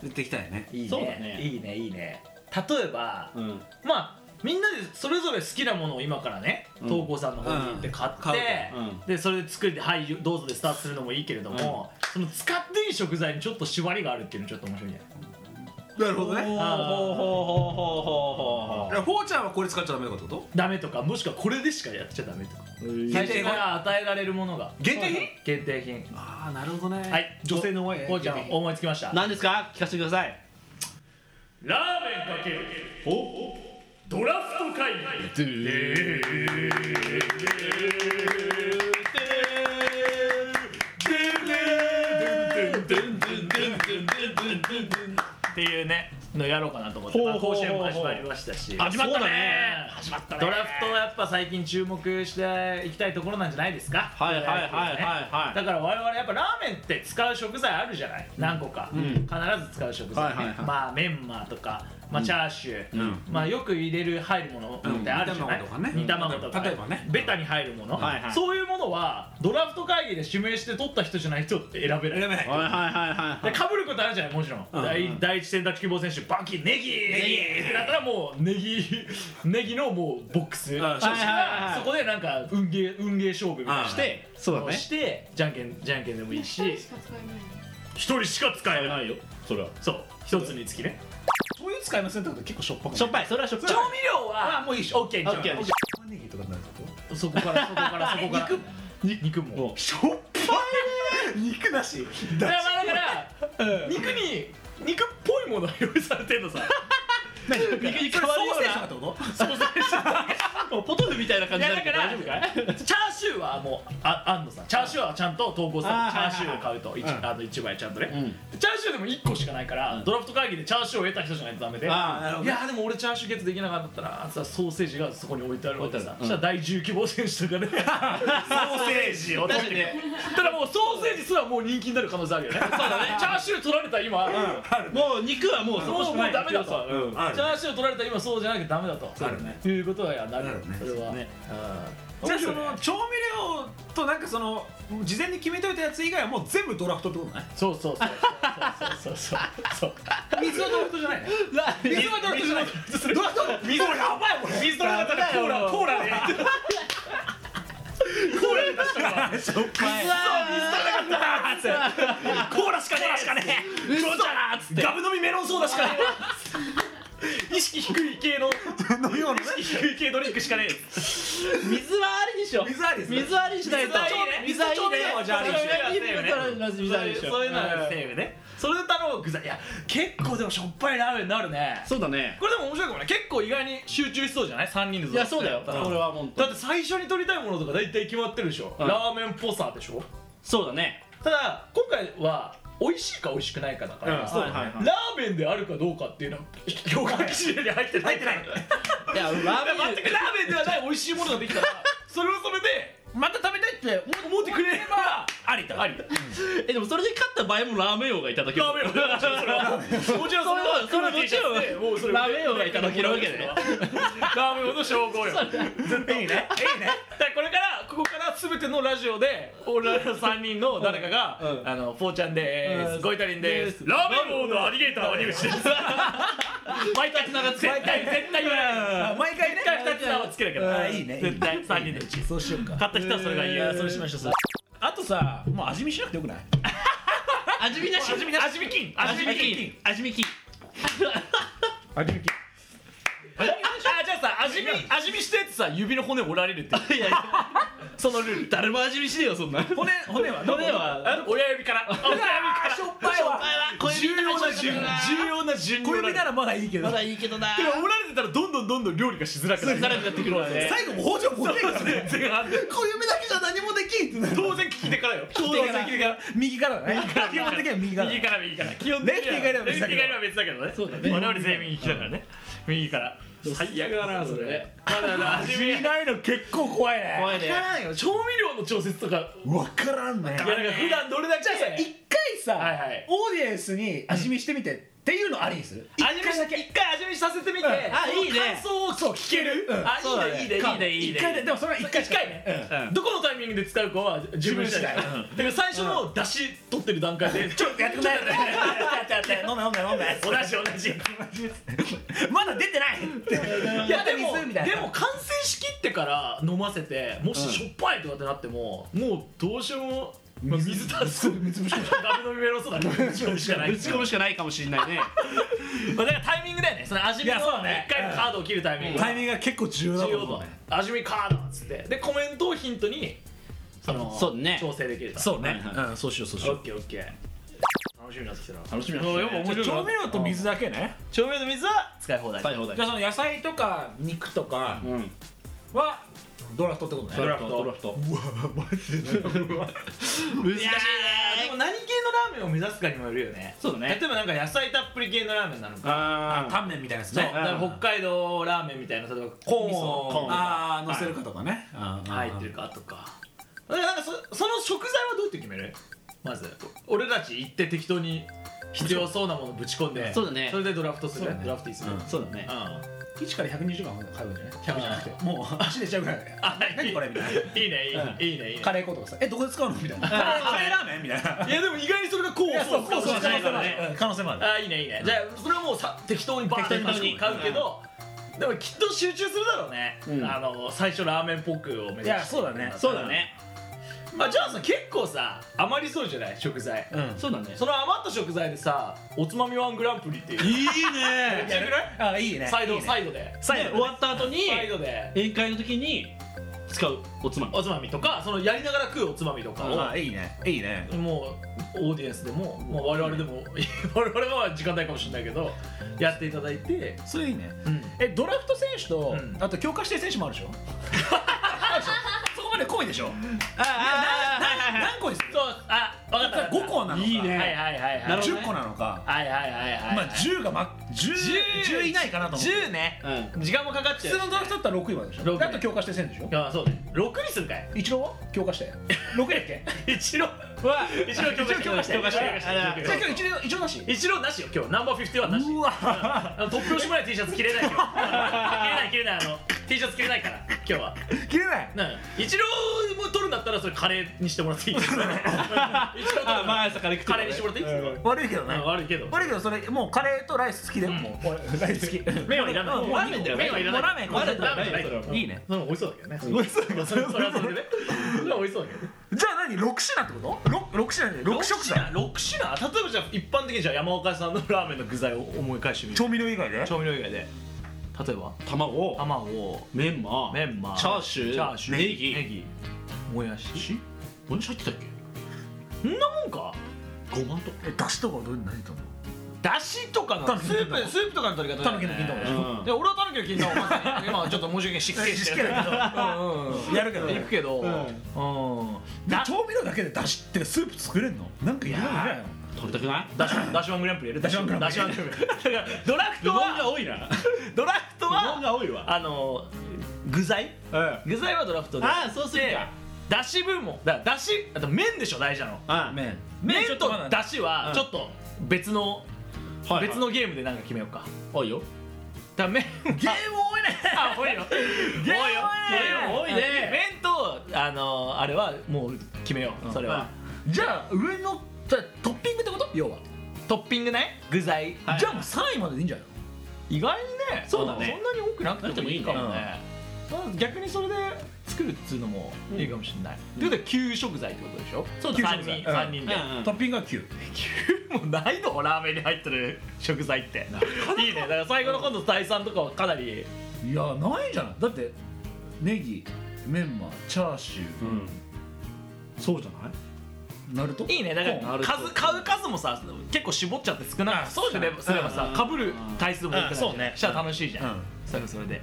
S1: 言ってきたよね
S2: いい
S6: そうだ
S2: ね
S6: ね
S2: いいねいいね例えば
S6: いうん
S2: まあみんなでそれぞれ好きなものを今からね
S6: ん
S2: 投稿さんの方に行って買って、
S1: うん買うから
S6: うん
S2: でそれで作って「はいどうぞ」でスタートするのもいいけれども、その使っていい食材にちょっと縛りがあるっていうのちょっと面白いね
S1: なるほど
S6: ほう
S1: ね
S6: ほうほうほうほうほうほう
S1: ほうちゃんはこれ使っちゃダメなことってこと
S2: ダメとかもしくはこれでしかやっちゃダメとか最
S1: 限
S2: 初
S1: 定
S2: から与えられるものが
S1: 限定品
S2: 限定品
S1: ああなるほどね
S2: はい
S1: 女性の多い
S2: こうちゃん思いつきました
S4: 何ですか聞かせてください
S6: ラーメンかけるほドラフト会議
S2: っていうねのやろうかなと思って、まあ、
S6: ほうほうほ
S2: 甲子
S6: う
S2: 園
S6: ほう
S2: も始まりましたし
S6: 始まったね
S2: 始まったねドラフトはやっぱ最近注目していきたいところなんじゃないですか
S6: はいはいはいはいはい
S2: だから我々やっぱラーメンって使う食材あるじゃない何個か、必ず使う食材、
S6: は
S2: ね
S6: いはいはい
S2: まあメンマとか、まあ、チャーシュー、
S1: うん
S2: まあ、よく入れる入るものってあるじゃない、
S1: うん煮卵とかね
S2: 煮卵とか
S1: 例えばね
S2: ベタに入るもの、
S6: はいはい
S2: そういうものはドラフト会議で指名して取った人じゃない人って選べない
S1: 選べない
S6: はいはいはいはいは
S2: で
S6: い
S2: かぶることあるじゃないもちろん、
S1: ん
S2: 第第一選択希望選手バキネギネギってなったらもうネギ ネギのもうボックス、そ
S1: ん
S2: した
S6: はいはいはい
S2: らそこでなんか運ゲー運ゲー勝負みたいなのして、
S6: そうだね
S2: してじゃんけんじゃんけんでもいいし一人しか使えないよ
S6: それは
S2: そう一つにつきね
S1: そういう使いの選択って結構しょっぱくない
S4: しょっぱいそれはしょっぱい
S2: 調味料は
S1: あもういいでしょ
S2: OK じゃん
S4: オッケー
S1: 玉ねぎとかになるってこと
S2: そこからそこから そこから肉肉も
S1: しょっぱい肉なし
S2: だからだから肉に肉っぽいものが用意されて んのさ
S4: 肉に変わるような
S1: ってこと
S4: ポトフみたいな感
S2: い
S4: じ
S2: や
S4: にな
S2: だ
S4: るけ
S2: か
S4: ど
S2: ら
S4: 大
S2: チ
S4: 丈夫か
S2: ャーシューはもうああんのさチャーシューはちゃんと投稿さ
S4: あ
S2: チャ
S4: ー
S2: ーシューを買うと一あの一枚ちゃんとね
S4: ん
S2: チャーシューでも1個しかないからドラフト会議でチャーシューを得た人じゃないとダメでい
S1: あーなるほどね
S2: やーでも俺チャーシューゲットできなかったらさソーセージがそこに置いてあるわけさ
S4: 置
S2: そして
S4: いあ
S2: たら第10希望選手と かでソーセージを取ってくるただもうソーセージすらもう人気になる可能性あるよねそうだねチャーシュー取られた今
S4: もう肉はもうそ
S2: も
S4: こ
S2: う
S4: しか
S2: も
S4: な
S2: う
S4: い
S2: ダメだと、
S6: うん
S1: ある
S2: チャーシューを取られた今そうじゃなきゃダメだと
S1: そうだね
S2: いうことはなるよ
S1: なるね
S2: それはね、うん、
S1: じゃあその調味料となんかその事前に決めといたやつ以外はもう全部ドラフトってことね
S2: そうそうそうそうそうそうそうそう
S1: 水はドラフトじゃないね水はドラフトじゃないドラフト水俺やばいこれ水
S2: それだったらコーラコーラでやってコーラで出したから
S1: しょっぱいう
S4: わ
S1: コーラしかねえしかねえそうじゃなっつってガブ飲みメロンソーダしかね
S2: 意識低い系の
S1: えのようなね
S2: 意識低い系ドリンクしかねえ
S4: ー水はありにしよう
S1: 水ありですね
S4: 水はありにしないと
S2: 水はいいね
S4: 水はい
S2: 水
S4: いね
S2: 調味料はじゃあありにしよう
S4: それがいいね水はありにしよう
S2: そういうのはセーフねそれだろう具材いや結構でもしょっぱいラーメンになるね
S4: そうだね
S2: これでも面白いかもね結構意外に集中しそうじゃない3人で
S4: いやそうだよ
S2: だっ
S4: これは本当
S2: て最初に取りたいものとか大体決まってるでしょ、
S4: うん
S2: ラーメンっぽさでしょ
S4: そうだね
S2: ただ今回は美味しいか美味しくないかだから、
S6: うん
S2: そう
S4: はいはいはい
S2: ラーメンであるかどうかっていうのは評価基準に入ってない
S1: 入ってない
S4: いやラーメ
S2: だから全くラーメンではない美味しいものができたらそれはそれでまた食べたいって思ってくれればありだありだ
S4: ンえでもそれで勝った場合もラーメン王がいただける
S2: ラーメンをもちろんそれはもちろん
S4: それはそれは
S2: もちろん
S4: もちろん
S2: もうそれ
S4: ラーメン王がいただけるわけね
S2: ラーメン王の称号よ絶対いいねいいねだからこれからここから全てのラジオで俺ら3人の誰かが「あのフォーちゃんでー
S4: うん
S2: すゴイタリンでーす
S4: で
S2: ラーメン王のアリゲーターは入手です」毎回つながって絶対絶対言わない
S1: 毎回ね
S2: 絶対2つ名をつけなきゃ
S1: あいいね
S2: 絶対3人のうち
S1: そうしようか
S2: 買った人はそれがいいよそうしましょうそう
S1: あとさもう味見しなくてよくない
S4: 味見なし
S2: 味見なし味見金味見金
S4: 味見金
S1: 味見き
S2: あじゃあさ味見味見してってさ指の骨折られるっていう
S4: いやいやそのルール誰も味見しねえよそんな
S1: 骨骨は
S4: 骨は
S2: あ親指からあ親指から
S1: しょっぱいわ
S4: 重要な重要な
S2: 重要な順
S1: 小
S2: に折ら
S1: 指
S2: れ
S1: な
S2: る
S1: らまだいいけど
S4: まだいいけどな
S2: でも折られてたらどんどんどんどん料理がしづらくなる
S4: 疲れてってくるわね
S1: 最後も包丁持ってくるね
S2: 前半で
S1: 小指だけじゃ何もできんってなる
S2: 当然利き手からよ当
S1: 右から右からだね基本的には右から
S2: 右から右から基本
S1: レフティーがいれば
S2: レ
S1: 別
S2: フ
S1: だ
S2: ティー
S1: けど
S2: がいれば別だけどねそうだね我々全員右利きだからね右から最悪だなそそれまだまだ味見
S1: 見ないの結構怖いね
S4: 怖い
S2: わか
S4: ね
S2: らんよ調味料の調節とか
S1: 分からんね
S2: いやなんか普段どれだけ
S1: じゃあさ一回さ、
S2: はいはい
S1: オーディエンスに味見してみて、っていうのありにする一
S2: 味見
S1: 回だけ
S2: 一回味見させてみて、
S4: あいいね
S2: その感想を聞ける、
S1: うん
S2: あいいねいいねいいねいいね
S1: 一回ででもそれは一回し
S2: 一
S1: か
S2: 回ね、どこのタイミングで使うかは自分次第だ
S1: 自
S2: から最初の出汁取ってる段階で、
S1: ちょっとやってくんないやってやって 飲め飲め飲め
S2: 同じ同じ
S1: まだ出てない
S2: いやでも
S1: 水みたい
S2: で
S1: な
S2: も完成しきってから飲ませてもししょっぱいとかってなっても、もうどうしようも、まあ、水足す水ぶしダメ飲みメロソだねぶち込むしかない
S4: ぶち込むしかないかもしれないね
S2: まあだからタイミングだよねその味見の
S1: いやそうだね
S2: 1回のカードを切るタイミング、
S1: タイミングが結構重要だ
S2: 重
S1: と
S2: 要
S1: 思う
S2: だね味見カードっつってでコメントをヒントにその
S4: そうね
S2: 調整できる
S1: そうね、
S4: はいは
S1: うん、そうしようそうし
S2: オ
S1: よう
S2: ッケーオッケー楽しみになってきたな
S4: 楽しみだ
S5: もうやっぱ面白い
S1: 調味料と水だけね
S2: 調味料の水は使い放題
S4: 最後だ
S1: じゃあその野菜とか肉とか
S4: うん
S1: はドラフトってことね
S4: ドラフトドラフトうわ
S2: でも何系のラ
S4: マジで難しいね
S2: ーメンを目指すかにもよるよね
S4: そうだ
S2: 例
S4: ね
S2: えばなんか野菜たっぷり系のラーメンなのか
S4: あ
S1: タンメンみたいなやつ
S2: そう
S1: ね
S2: だから北海道ラーメンみたいな例えばコ
S4: コー
S2: ー
S4: ン
S2: ン
S1: ああ乗せるかとかね、うん
S2: 入ってるかとかだからなんかそその食材はどうやって決めるまず俺たち行って適当に必要そうなものぶち込んで
S4: そうだね
S2: それでドラフトするドラフトいいっする
S1: うん
S4: そうだね
S1: 1から120番買うんじゃない100
S2: じゃ
S1: じ
S2: な
S1: ゃな
S2: く
S1: く
S2: て
S1: てもう足出ちゃうぐらい
S2: あはい
S1: 何これみたいない
S2: いねいいねいいねいいね
S1: カレー粉とかさえどこで使うのみたいなカレーカレーラーメンみたいない
S2: やでも意外にそれがこうそうそうそう
S5: そうそうそう
S1: うん可能性もある
S2: あいいねいいねじゃあそれはもうさ適当にバー
S4: 適当
S2: ッ
S4: に
S2: に買うけどでもきっと集中するだろうね
S4: うん
S2: あの最初ラーメンっぽくを目指して
S1: いやそうだね
S4: そうだね
S2: あじゃあさ結構さ余りそうじゃない食材
S1: うん
S4: そうだね
S2: その余った食材でさおつまみワングランプリっていう
S4: いいね
S2: やる
S1: あいいね
S2: サイド
S1: いいね
S2: サイドで
S4: 最後終わった後に
S2: サイドで
S4: 宴会の時に使うおつまみ
S2: おつまみとかそのやりながら食うおつまみとか
S1: あいいねいいね
S2: をもうオーディエンスでも、まあ、我々でも 我々は時間ないかもしれないけどやっていただいて、
S1: それいいね
S2: うん、
S1: えドラフト選手と
S2: うん
S1: あと強化指定選手もあるでしょあるでしょそこまで濃いでしょ
S4: あ
S1: な何個にする
S2: そうあ分かった
S1: 5個なのか
S4: いいね
S2: はいはいはいはい
S4: なるほどね
S1: 10個なのか
S2: はいはいはいはい
S1: まあ10がま10 10以内かなと思って
S2: 10ね
S4: あうん
S2: 時間もかかっち
S1: 普
S2: ゃう
S1: 通のドラフトだったら6位まででしょ
S2: 六位
S1: であと強化指定選手でしょ
S2: あそうね6にするかい
S1: 一郎は強化指定6位だっけ
S2: 一郎
S1: は
S2: 一郎強化して
S1: 一郎強化して
S2: 強化して
S4: あ
S1: じゃあ今日一郎一郎なし
S2: 一郎なしよ今日ナンバーフィフティはなし
S1: うわ
S2: あの突拍子もない T シャツ着れないよ着れない着れないあの T シャツ着れないから今日は
S1: 切れない
S2: な一郎も取るんだったらそれカレーにしてもらっていいです一郎取る
S4: あ
S2: なら
S4: 毎朝カレー食って
S2: カレーにしてもらっていいですか
S1: 悪いけどね
S2: 悪いけど
S1: 悪いけどそれもうカレーとライス好きだよ
S2: うん
S1: もう俺ライス好き
S2: 麺はいらない
S1: うんもうラーメンだよね
S2: 麺はいらない
S1: もうラーメン
S2: ラー
S1: これ
S2: メンラーメンじゃない
S4: それはもう
S1: いいね
S2: それも美味しそうだけどね美味しそうだけどそれはそれでねそれは美味しそうだけど
S1: じゃあ何6品ってことろ六品で6食材
S2: 6品例えばじゃあ一般的にじゃあ山岡さんのラーメンの具材を思い返してみる
S1: 調味料以外で
S2: 調味料以外で例えば
S4: 卵
S2: 卵
S4: メンマ
S2: メンマ
S4: チャーシュー
S2: チャーシュー
S4: ネギ
S2: ネギもやし
S4: 何入ってたっけ
S2: そんなもんか
S4: ごまと
S1: え出汁とかはどういうの何と思う
S2: だしとかの
S1: タヌキ
S2: ス
S1: の金
S2: ー
S1: 玉
S2: プスープとかの取り方だよね
S1: タヌキの金玉でし
S4: ょ
S2: うんで俺はタヌキの金玉をまず 今ちょっと申し訳ない失敬してる
S1: うんやるけど
S2: けど行くけどうん
S1: で
S2: だ
S1: 調味料だけで出汁ってスープ作れんのなんかいらない
S2: い
S1: い
S2: や
S1: らないの
S4: 食べたくない
S2: だしだしワングランプリやる
S1: だしワングランプ
S2: だ
S1: リ
S2: しワングランプリだからドラフト
S4: うどん
S2: は
S4: が多いな
S2: ドラフト
S4: うどん
S2: は
S4: が多いわ
S2: あの具材
S4: あ
S2: 具材はドラフトで
S4: あそうするか
S2: だし部門だからだしあと麺でしょ大事なの
S4: あ
S1: 麺
S2: 麺
S1: ちょっ
S2: と
S1: まだ
S2: だしは
S4: うん
S2: ちょっと別の
S4: はい
S2: 別のゲームでなんか決めようか
S4: 多いよ
S2: だから麺ゲーム多いねあ 多いよ多いよ
S4: 多いね
S2: 麺とあのあれはもう決めようそれは
S1: じゃあ上のじゃあトッピングってこと要は
S2: トッピングね具材
S4: はい
S1: じゃあもう3位まででいいんじゃない
S2: 意外にね
S4: そうだね
S2: そんなに多くなくてもいいかもねまあ逆にそれで作るっつうのもいいかもしれないということは9食材ってことでしょ
S4: そうだ
S2: 3
S1: 九食
S2: 人
S1: 材
S2: 三人で
S4: うんうん
S1: トッピングは9
S2: もうないのラーメンに入ってる食材っていいねだから最後の今度第3とかはかなり
S1: いやないんじゃないだってネギメンマチャーシュ
S4: うんそうじゃない
S1: ーナルト
S2: いいねだから
S4: るほど
S2: 数買う数もさ結構絞っちゃって少なくそうすればすればさかぶる回数も多くなるじゃん
S4: うんそうね
S2: したら楽しいじゃん、
S1: うん
S2: それはそれで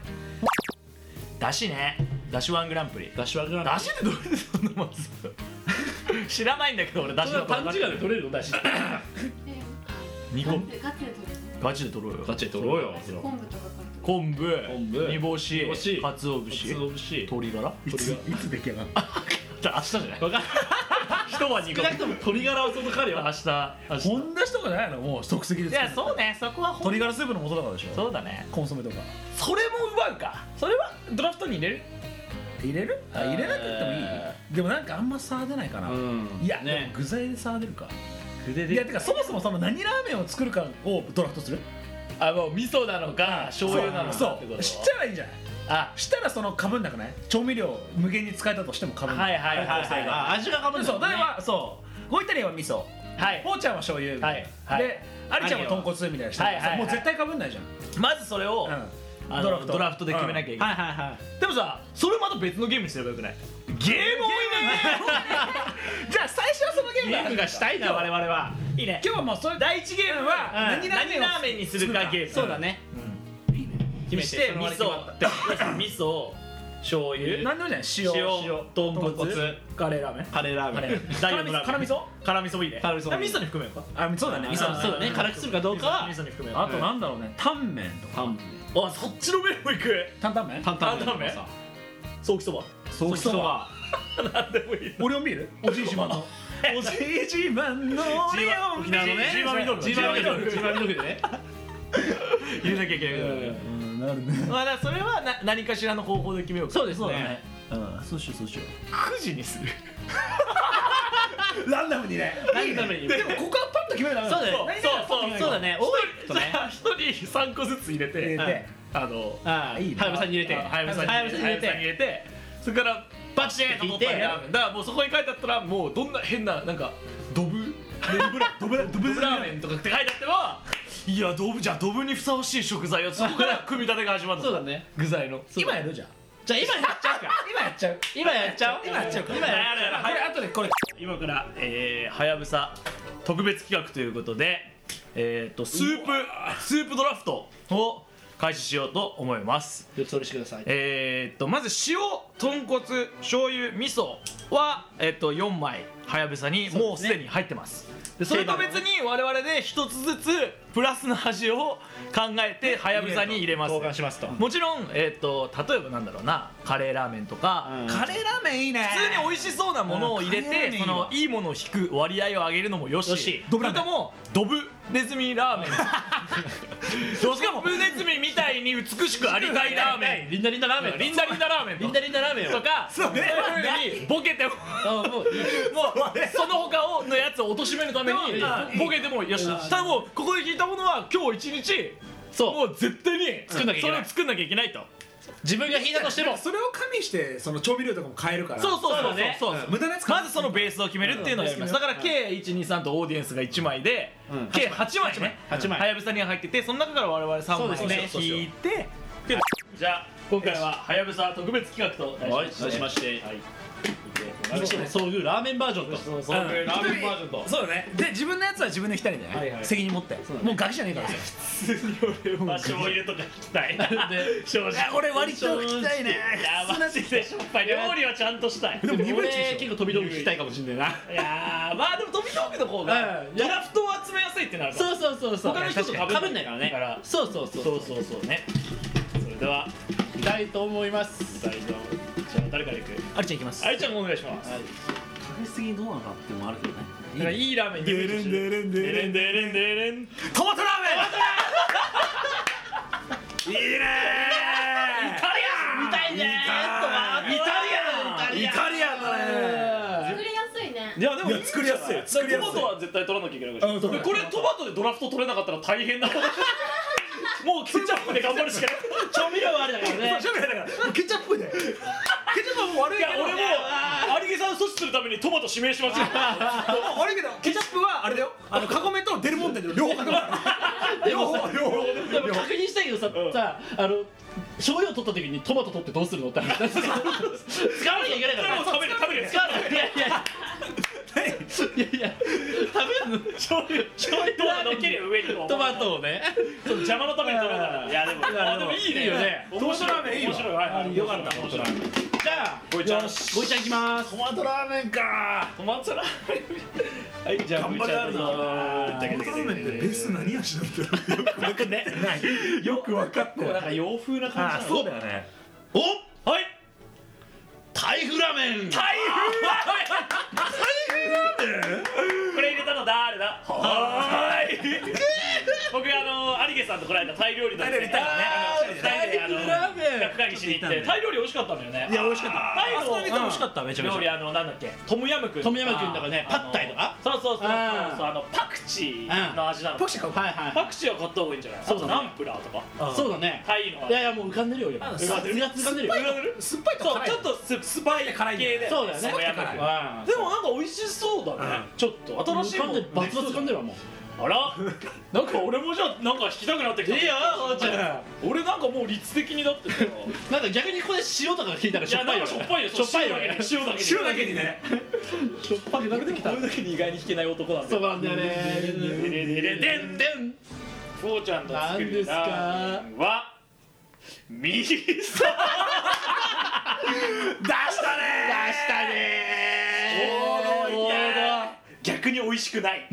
S2: だしねだしワングランプリ
S4: だしはグラン
S2: だしってどうやってそんなもん作る 知らないんだけど俺だし
S4: それは
S2: の
S4: パンチがで取れるのだし
S3: え
S5: 煮込む
S3: ガチで取れる
S5: ガチで取ろうよ
S2: ガチで取ろうよ
S3: 昆布とかから取
S5: 昆布
S2: 昆布
S5: 煮干し
S2: 干し
S5: 鰹
S2: 節
S5: 節
S2: お節
S5: 鶏ガラ
S1: いついつ出来上がった
S5: 明日じゃない
S2: わかんない
S5: 一晩煮
S2: 少
S5: 込
S2: なくと
S5: む
S2: も鶏ガラはその彼
S5: 明
S2: は
S5: 日明日
S1: こんな人がないのもう即席で
S5: い
S1: す
S5: やそうねそこはほん
S1: 鶏ガラスープの素だからでしょ
S5: そうだね
S1: コンソメとか
S2: それも奪うかそれはドラフトに入れる
S1: 入れるあ入れなくてもい
S2: え
S1: いでもなんかあんま差出ないかな、
S2: ん
S1: いや、で
S2: ね
S1: も具材で差出るか
S2: 筆
S1: いやてかそもそもその何ラーメンを作るかをドラフトする
S2: あもう味噌なのか醤油なの
S1: そ
S2: かって
S1: う
S2: こ
S1: そ
S2: と
S1: う知っちゃえばいいんじゃない
S2: あ
S1: したらそのかぶんなくない調味料無限に使えたとしてもかぶんな
S2: はい
S1: い
S2: はいはいはいあ味がかぶるんだ
S1: そ
S2: も
S1: うん例
S2: ね
S1: えばそうゴイタリアンは味噌
S2: はい
S1: ほうちゃんは醤油みたいな、
S2: はいはい
S1: でありちゃんは豚骨みたいな人、
S2: はいはいはい
S1: もう絶対かぶんないじゃん、
S2: まずそれを
S1: うん
S2: あのドラフトで決めなきゃいけない
S1: うん
S2: はいはいはいでもさそれまた別のゲームにすればよくないゲーム多い
S1: じゃあ最初はそのゲーム
S2: ゲ
S1: だ
S2: ームがしたいな我々はいいね
S1: 今日はもうそれ第一ゲームは
S2: 何
S1: 何ラ
S2: ラ
S1: ーメンを
S2: ーメンにするかゲーム
S4: そうだね
S2: 決め
S4: して
S2: て味
S4: その
S2: 噌味噌醤油
S1: 何でもじゃな
S2: 塩
S1: い塩
S2: 豚骨
S1: 豚骨
S2: カレーラーメンカレーラーメン第
S1: 辛
S2: 四
S1: 味
S2: のラー
S1: 噌
S2: メ
S1: 辛
S2: ン
S1: 味噌
S2: 辛味噌もいいね
S4: 辛味噌もいい
S2: 味噌に含めようか
S1: あそうだね味噌
S2: あ
S4: そうだね辛くするかどうかは
S2: 味噌に含めよう
S1: あとなんだろうねタンメンとか
S4: タン
S2: あそっちの面もいく
S1: 担々麺
S4: タンタン
S2: 担々麺ソーキそば
S1: ソーキそば
S2: なんでもいい
S1: オリオンビールおじい自慢のおじい自慢のオリオン
S2: 沖
S1: ビー
S2: 縄
S1: ル
S2: のね
S1: G- G1 ミドル
S2: ジーマミド
S1: G1 ミ
S2: ルジーマミドルでね入れなきゃいけない
S1: ドルうんなるね
S2: まあだからそれはな何かしらの方法で決めよう
S4: そうです
S1: そうだ
S4: ね
S1: ねうんそうしようそうしよ
S2: 9時にする
S1: うランダムにね
S4: 何のために
S1: でもここはパッと決めるだ
S4: そうだね
S2: そうそう
S4: そうだね多いと
S2: じ
S4: ね
S2: ゃあ一人3個ずつ入れて
S1: 入れて
S2: あの
S4: ああ
S1: いいな
S4: はやぶさんに入れて
S2: あはやぶさんに
S4: はやぶさんに入れ
S2: はやぶさんに
S4: て
S2: 入れてそれからバチーンと取った
S4: 引いて
S2: ラーメンだからもうそこに書いてあったらもうどんな変ななんかドブ
S1: ドブラド
S2: ド
S1: ブ
S2: ブ
S1: ラ
S2: ラ
S1: ー
S2: ー
S1: メ
S2: メンとかって書いてあってもいやドブじゃあドブにふさわしい食材をそこから組み立てが始まる
S4: そうだね
S2: 具材の
S1: ン今やるじゃん
S4: じゃあ今やっちゃうか
S1: 今やっちゃう
S4: 今やっちゃおう
S1: 今やっちゃおうか
S4: 今やっ
S2: るやる
S1: これ後でこれ
S2: 今から、えー、はやぶさ特別企画ということで、えー、とスープスープドラフトを開始しようと思います
S4: よつおりしてください
S2: えー、とまず塩豚骨醤油味噌は、えー、と4枚はやぶさにもうすでに入ってますでそれと別に我々で一つずつプラスの味を考えてはやぶさに入れます
S4: 交換しますと
S2: もちろん、えー、と例えばなんだろうなカレーラーメンとか、
S4: うん
S1: カレーラーメンいいね
S2: 普通に美味しそうなものを入れ
S1: カレーラ
S2: て
S1: ーメンいい
S2: そ
S1: わ
S2: のいいものを引く割合を上げるのもよし
S4: よし
S2: それともドブネズミラーメンしかもドブネズミみたいに美しくありたいラーメ
S4: ンリンダリンダラーメン
S2: ンリンダリンダラーメンと
S4: リンダリンダラーメンよ
S2: とかそういうふうにボケても
S4: あもういい
S2: もうその他をのやつを貶としめるため
S4: いいよ
S2: にボケてもよし多分ここで聞いたものは今日一日
S4: そ
S2: も
S4: う
S2: う絶対に
S4: 作んなきゃいけない
S2: それを作んなきゃいけないと
S4: 自分が引いたとしても
S1: それを加味してその調味料とかも変えるから
S2: そうそうそう
S4: そうだね
S2: そうそう
S1: 無駄なやつ
S2: まずそのベースを決めるっていうのをやります
S1: うん
S2: だから計123とオーディエンスが1枚で、
S4: うん
S2: 計8枚ね
S4: 八枚
S2: はやぶさに入っててその中から我々3枚
S4: そうですね
S2: 引いてでじゃあ今回ははやぶさ特別企画と題
S4: はい
S2: し
S4: そうしまして
S2: はい
S4: 美味しいね遭遇ラーメンバージョンと
S2: そうそうラーメンバージョンと
S1: そうだねで自分のやつは自分で来たりね、
S2: はいはい
S1: 責任持ってもうガキじゃねえからさ
S2: 普通に俺は醤油とか聞きたいな
S4: で
S2: 正直
S1: あ俺割と聞きたいね
S2: やばいでしょ料理はちゃんとしたい
S1: でも鈍い
S4: 俺結構飛び道具聞きたいかもしんないない
S2: やーまあでも飛び道具の方が
S4: うんい
S2: ド
S4: や
S2: ラフトを集めやすいってなるから
S4: そうそうそうそう
S2: 他の人と
S4: 確かに被んないから
S2: だから
S4: ねそうそうそう
S2: そうそうそうねそれでは
S4: 行きたいと思います
S2: 大丈夫じゃあ誰からいく
S1: ありちゃんいきます
S2: あいちゃんもお願いします
S4: はい
S5: 食べ過ぎどうなのかっていうのもあるけどね
S2: だからいいラーメンに
S1: デレンデレンデレン
S2: デレンデレンデレン
S1: トマトラ
S2: イタリア
S1: ーメンいいね
S2: ン
S4: 見たいねーとは
S2: イタ
S1: イタリアンだね
S3: れる作りやすいね
S2: いやでも
S1: いや作りやすい作りやすい
S2: トマトは絶対取らなきゃいけないから
S1: うんそうだね
S2: これトマトでドラフト取れなかったら大変だ もうケチャップで頑張るしかない
S4: 調味料はあれだからね
S1: 調味料だからもうケチャップでケチャップはもう悪い
S2: い
S1: け
S2: や
S1: ど
S2: 俺も有木さん阻止するためにトマト指名しますよ
S1: もう悪いけどケチャップはあれだよあのカゴメとデルモンテの両方かかるから両方両方
S4: でも確認したいけどさ
S2: うん
S4: さあの醤油を取った時に トマト取ってど うするのって話使わなきゃいけないから
S2: 食べる食べる
S4: 使わなきゃいけないいやいや
S1: 何
S4: いやいや食べるの醤油醤油
S2: トマトのっけるよ上にこう
S4: トマトをね
S2: その邪魔のために食べたらいやでもあでもいいね
S4: いいよね
S2: 面白いラーメンいいよ面白いはいはいよかった面白い
S4: じゃあ
S2: ごいちゃんト
S4: ごいちゃんいきます
S2: マトラーメンか
S5: マトラ
S2: はいじゃあ
S5: 頑張りあるぞ
S2: ごいちゃんどうぞ
S1: ベース何味なんだよ
S2: よくね
S1: よく分かった
S2: こうなん
S1: よ
S2: か洋風な感じなの
S1: そうだよね
S4: お
S2: はい
S4: タイ風ラーメ
S2: 台風ラーメン
S4: ン
S2: 台風ラーメンこれ入れたの誰だはーい 僕あの有毛さんとこの間タイ料理の
S1: タイ料理行ったよね
S2: 2人であの
S4: タイラーメン
S2: 企画会議しに行ってタイ料理美味しかったのよね
S1: いや美味しかった
S2: タイ
S1: あそこ
S2: の
S1: の店美味しかっためちゃめち
S2: 料
S1: ゃ
S2: 理あのなんだっけトムヤムクン
S4: トムヤムクンとかね
S2: あの
S4: パッタイとか
S2: そうそうそうそうそう
S4: あー
S2: あのパクチーの味なの
S1: ポクシー買おう
S4: はいは
S2: パクチーは買った方がいいんじゃない
S4: そうだね
S2: あとナンプラーとか
S4: いそうだね
S2: タイの
S4: いやいやもう浮かんでるよ今
S1: あ
S4: うがうが浮かんでるよ
S1: 酸っぱいと
S2: そう
S1: 辛い
S2: ちょっとすスパイ系で
S4: そうだよね
S2: トムヤムクン
S4: うん
S2: でもなんか美味しそうだね、ちょっと新しいも
S4: も
S2: ん
S4: う浮かんでバツバツ噛んでるわもう
S2: あらなんか俺もじゃあなんか引きたくなってきたいやーちゃん俺なんかもう率的になってたよ
S4: なんか逆にここで塩とかが効いたら
S2: い
S4: しょ
S2: や
S4: っぱ
S2: なん
S4: いよ
S2: か
S4: ね
S2: しょっぱいよ
S4: しょっぱいよね
S2: 塩だけに
S1: 塩だけにね
S4: しょっぱくなってきた
S2: 俺だけに意外に引けない男なんだ
S4: そう
S2: よ
S4: なんだよ
S2: でで
S4: ね
S2: でででんでんフォーちゃんの作るラーメンはミーサ
S1: 出したね
S4: 出したね
S2: いや逆に美味しくない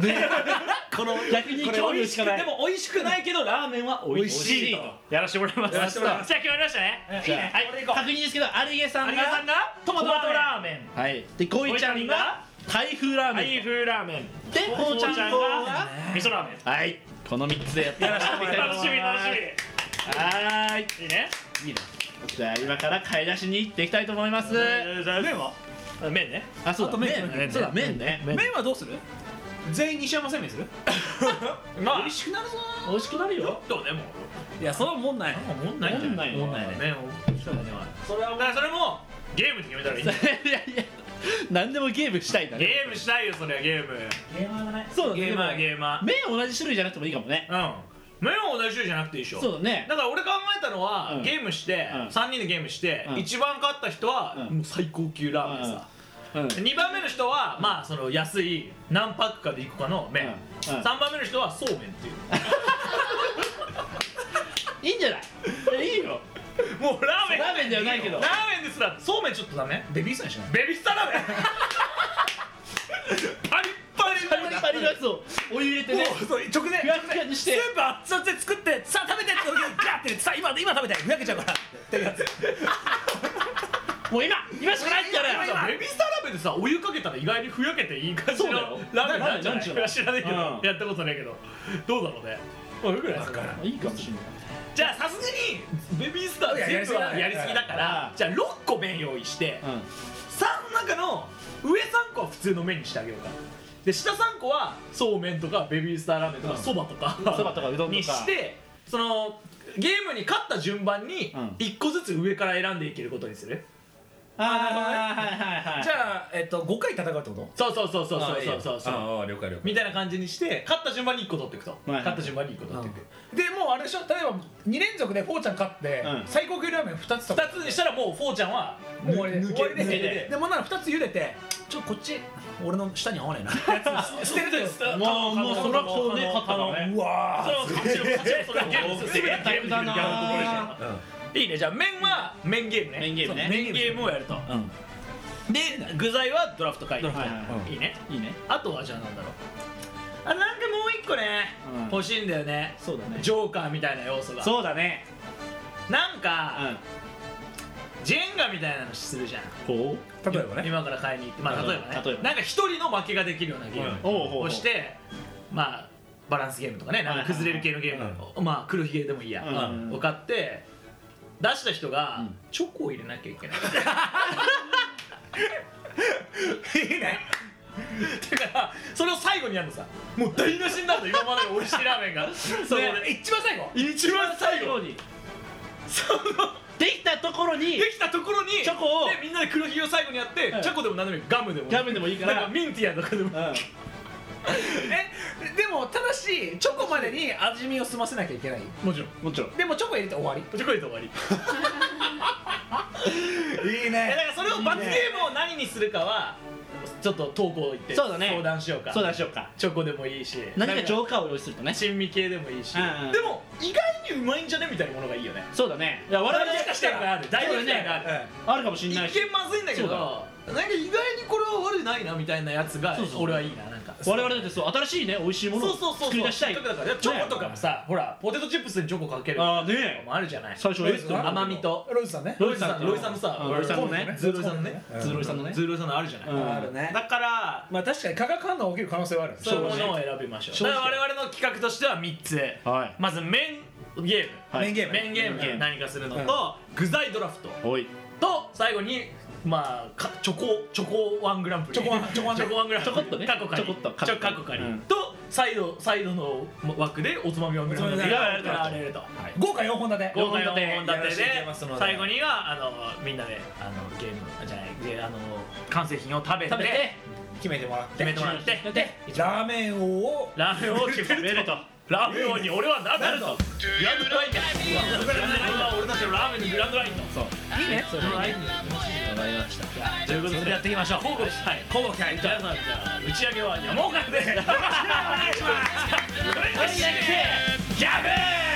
S4: この逆に興味しかない
S2: でも美味しくないけどラーメンは美味しいと
S5: やらしてもらいます
S1: やらせてもらいます
S2: じゃあ決まりましたね
S4: じゃあ
S2: はいこれでいこう
S4: 確認ですけど有毛さ
S2: 有
S4: ん
S2: 吉さ
S4: が
S2: んがト
S5: ト
S2: マト
S5: マト
S2: ラー
S5: ラーメン
S4: はいでゴイちゃんがタイ風ラー
S5: タ
S4: メ
S5: イ
S4: ン
S5: 風ラーメン
S4: でこうちゃんの方が
S2: メン味噌ラーメン
S4: はいこの3つでやってみましょう
S2: 楽しみ楽し
S4: はーい
S2: みいいね
S4: じゃあ今から買い出しに行っていきたいと思います
S2: 麺は麺ね
S4: あそ
S1: あ
S4: うだ
S1: と麺
S4: 麺ねそうだ麺ね麺
S1: 麺はどうする全員西山製麺する
S2: まあ
S1: 美味しくなるぞ
S4: 美味しくなるよ
S2: どうでも
S1: いやそんなもんない
S2: もんないんじゃない
S4: もんない
S1: ね
S2: 麺をそれはそれもゲームに決めたらいい
S4: いやいや何でもゲームしたいんだね
S2: ゲームしたいよそれはゲーム
S1: ゲーマーがない
S4: そうだね
S2: ゲーマー
S4: で
S2: ゲーマ
S4: も麺同じ種類じゃなくてもいいかもね
S2: ーうん麺は同じ種類じゃなくていいでしょ
S4: そうだね
S2: だから俺考えたのは、
S4: うん
S2: ゲームして、
S4: うん
S2: 3人でゲームして、
S4: うん
S2: 一番勝った人は、
S4: うん
S2: もう最高級ラーメンさ、
S4: うんうん
S2: 2番目の人は、まあその安い何パックかでいくかの麺、
S4: うんうん
S2: 3番目の人はそうめんっていう
S4: いいんじゃないいやいいよ
S2: もうラーメン
S4: ラーメンじゃないけど
S2: ラーメンですらそうめんちょっとダメ
S1: ベビーさんしない
S2: ベビースター ラーメンパリッパリ
S4: パリパリのやつをお湯入れて
S1: も
S4: ね
S1: うそう直前
S4: ふわふわにして
S1: スープ熱々で作ってさあ食べてって時にガッてさあ今今食べたいふやけちゃうからってやつ
S4: もう今今しかないんじゃない
S2: さベビースターラーメンでさお湯かけたら意外にふやけていい感じの
S4: そうだよ
S2: ラーメンなんじゃな
S4: なん
S2: い
S4: ちゅう
S2: い
S4: の
S2: や知らないけど、
S4: うん
S2: やったことないけどどうだろうねまあよくないですか
S4: いいかもしれない
S2: じゃあさすがにベビースター
S1: いや
S2: 全部はや
S1: や
S2: り
S1: り
S2: す
S1: す
S2: ぎ
S1: ぎ
S2: だ
S1: だ
S2: か
S1: から
S4: ら
S2: じゃあ6個麺用意して
S4: うん
S2: 3の中の上3個は普通の麺にしてあげようかで下3個はそうめんとかベビースターラーメンとか
S4: うん
S2: そばとか
S4: そばとかうどんとか
S2: にしてそのゲームに勝った順番に
S4: うん
S2: 1個ずつ上から選んでいけることにする
S4: ああはいはいはい
S1: じゃあえっと5回戦うってこと
S2: そうそうそうそうそうそうそうそう
S1: ああ了解了
S2: みたいな感じにして勝った順番に1個取っていくと
S4: いはい
S2: 勝った順番に1個取っていく
S1: でもうあれでしょ例えば2連続でフォーちゃん勝って、
S4: うん
S1: 最高級ラーメン2つとか
S2: 2つにしたらもうフォーちゃんは
S1: もう終わりで
S2: 抜け
S1: 終わりで
S2: 抜けて
S1: でもなんなら2つ茹でてちょっとこっち俺の舌に合わないな 捨てるとです
S4: もうもうそらそうね勝ったのね
S1: うわ
S2: それは勝ちろ勝ちろそれはゲームする全てはゲームだな
S4: な
S2: ーいいねじゃあ麺は麺ゲームね
S4: 麺ゲームね
S2: そう麺ゲームをやると
S4: うん
S2: で具材はドラフト会議
S4: はいはいはい
S2: いね
S4: いいね
S2: あとはじゃあなんだろうあなんかもう一個ね
S4: うん
S2: 欲しいんだよね
S4: そうだね
S2: ジョーカーみたいな要素が
S4: そうだね
S2: なん
S4: う
S2: か
S4: ん
S2: ジェンガみたいなのするじゃん
S4: こ
S1: 例えばね
S2: 今から買いに行ってまあ例えばね
S4: 例えば
S2: なんか一人の負けができるようなゲーム
S4: うおうほう
S2: をしてまあバランスゲームとかねなんか崩れる系のゲーム、まあ黒ひげでもいいや、
S4: うん
S2: を買って出した人が、
S4: うん
S2: チョコを入れなきゃいけない
S1: いいね
S2: だからそれを最後にやるのさもう台無しになるの今までの美味しいラーメン がそれで
S1: 一番最後
S2: 一番最後
S4: に
S2: その
S4: できたところに
S2: できたところに
S4: チョコを
S2: でみんなで黒ひげを最後にやって、
S4: うん
S2: チョコでも何でもいいガムでもいい
S4: ガムでもいいか
S2: なん
S4: ら
S2: かミンティアとかでも
S4: うん
S1: えでもただしチョコまでに味見を済ませなきゃいけない
S2: もちろん
S4: もちろん
S1: でもチョコ入れて終わり
S2: チョコ入れて終 わり
S1: いい
S2: えだからそれを罰ゲームを何にするかはちょっと投稿行って
S4: そうだね
S2: 相談しようか
S4: 相談しようか
S2: チョコでもいいし
S4: 何か
S2: ョ
S4: 浄化を用意するとね
S2: 珍味系でもいいし、
S4: うんうん
S2: でも意外にうまいんじゃねみたいなものがいいよね
S4: そうだね
S2: いや
S4: 我
S2: 我
S4: 々
S2: 々
S4: に
S2: に
S4: し
S2: しかしてて
S4: かしは
S2: ある大体ねある
S4: あるかもしんないし
S2: 一見まずいんだけど
S4: そう
S2: なんか意外にこれは悪いないなみたいなやつが
S4: そうそう
S2: 俺はいいななんか
S4: 我々だってそう新しいね美味しいもの
S2: そうそ
S4: を
S2: うそう
S4: 作り出したい
S2: せっかくだからチョコとかもさ、ほらポテトチップスにチョコかける
S4: ああね
S2: もあるじゃない
S4: 最初えっと思ったけど
S2: 甘みと
S7: ロイズさんね
S4: ロイさんと
S2: ロイさんのさ
S4: うんロイさんのね
S2: ズーロイさんのね
S7: うん
S4: ズーロイさんのね
S2: ズーロイさんのあるじゃない、
S4: うん
S7: あるね
S2: だから
S7: まあ確かに化学反応起きる可能性はあるんです
S2: そういうものを選びましょうだから我々の企画としては3つ
S4: はい
S2: まず麺ゲーム、
S4: はい
S7: メインゲーム
S2: 麺ゲーム
S4: うん
S2: 何かするのと、具材ドラフト
S4: おい
S2: と最後にまあかチョコチョコワングランプリ
S7: チョコワンチョコワン
S2: チョコワングランプリ
S4: ちょこっとね
S2: 過去カリ
S4: ちょこっと
S2: ちょ過去カリ、
S4: うん
S2: とサイドサイドの枠でおつまみワングランプリがやられるとはい
S7: 豪華4本立て
S2: 豪華4本
S7: やら
S2: 立
S7: せ
S2: て
S7: ていた
S2: で
S7: だきますので
S2: 最後にはあのみんなであのゲームあじゃないゲーあの完成品を食べて
S4: 食べて
S7: 決めてもらって
S2: 決めてもらってで
S7: ラーメン王を
S2: ラーメン王決めるとラーメン王に俺はなるとグランドラインだグランドラインは俺たちのラーメンのグランドラインとそういいねそれはいいね
S4: わかりました
S2: ということでやっていきましょう交互期待交互期待じゃあ打ち上 げは山岡でお願いしますギャブー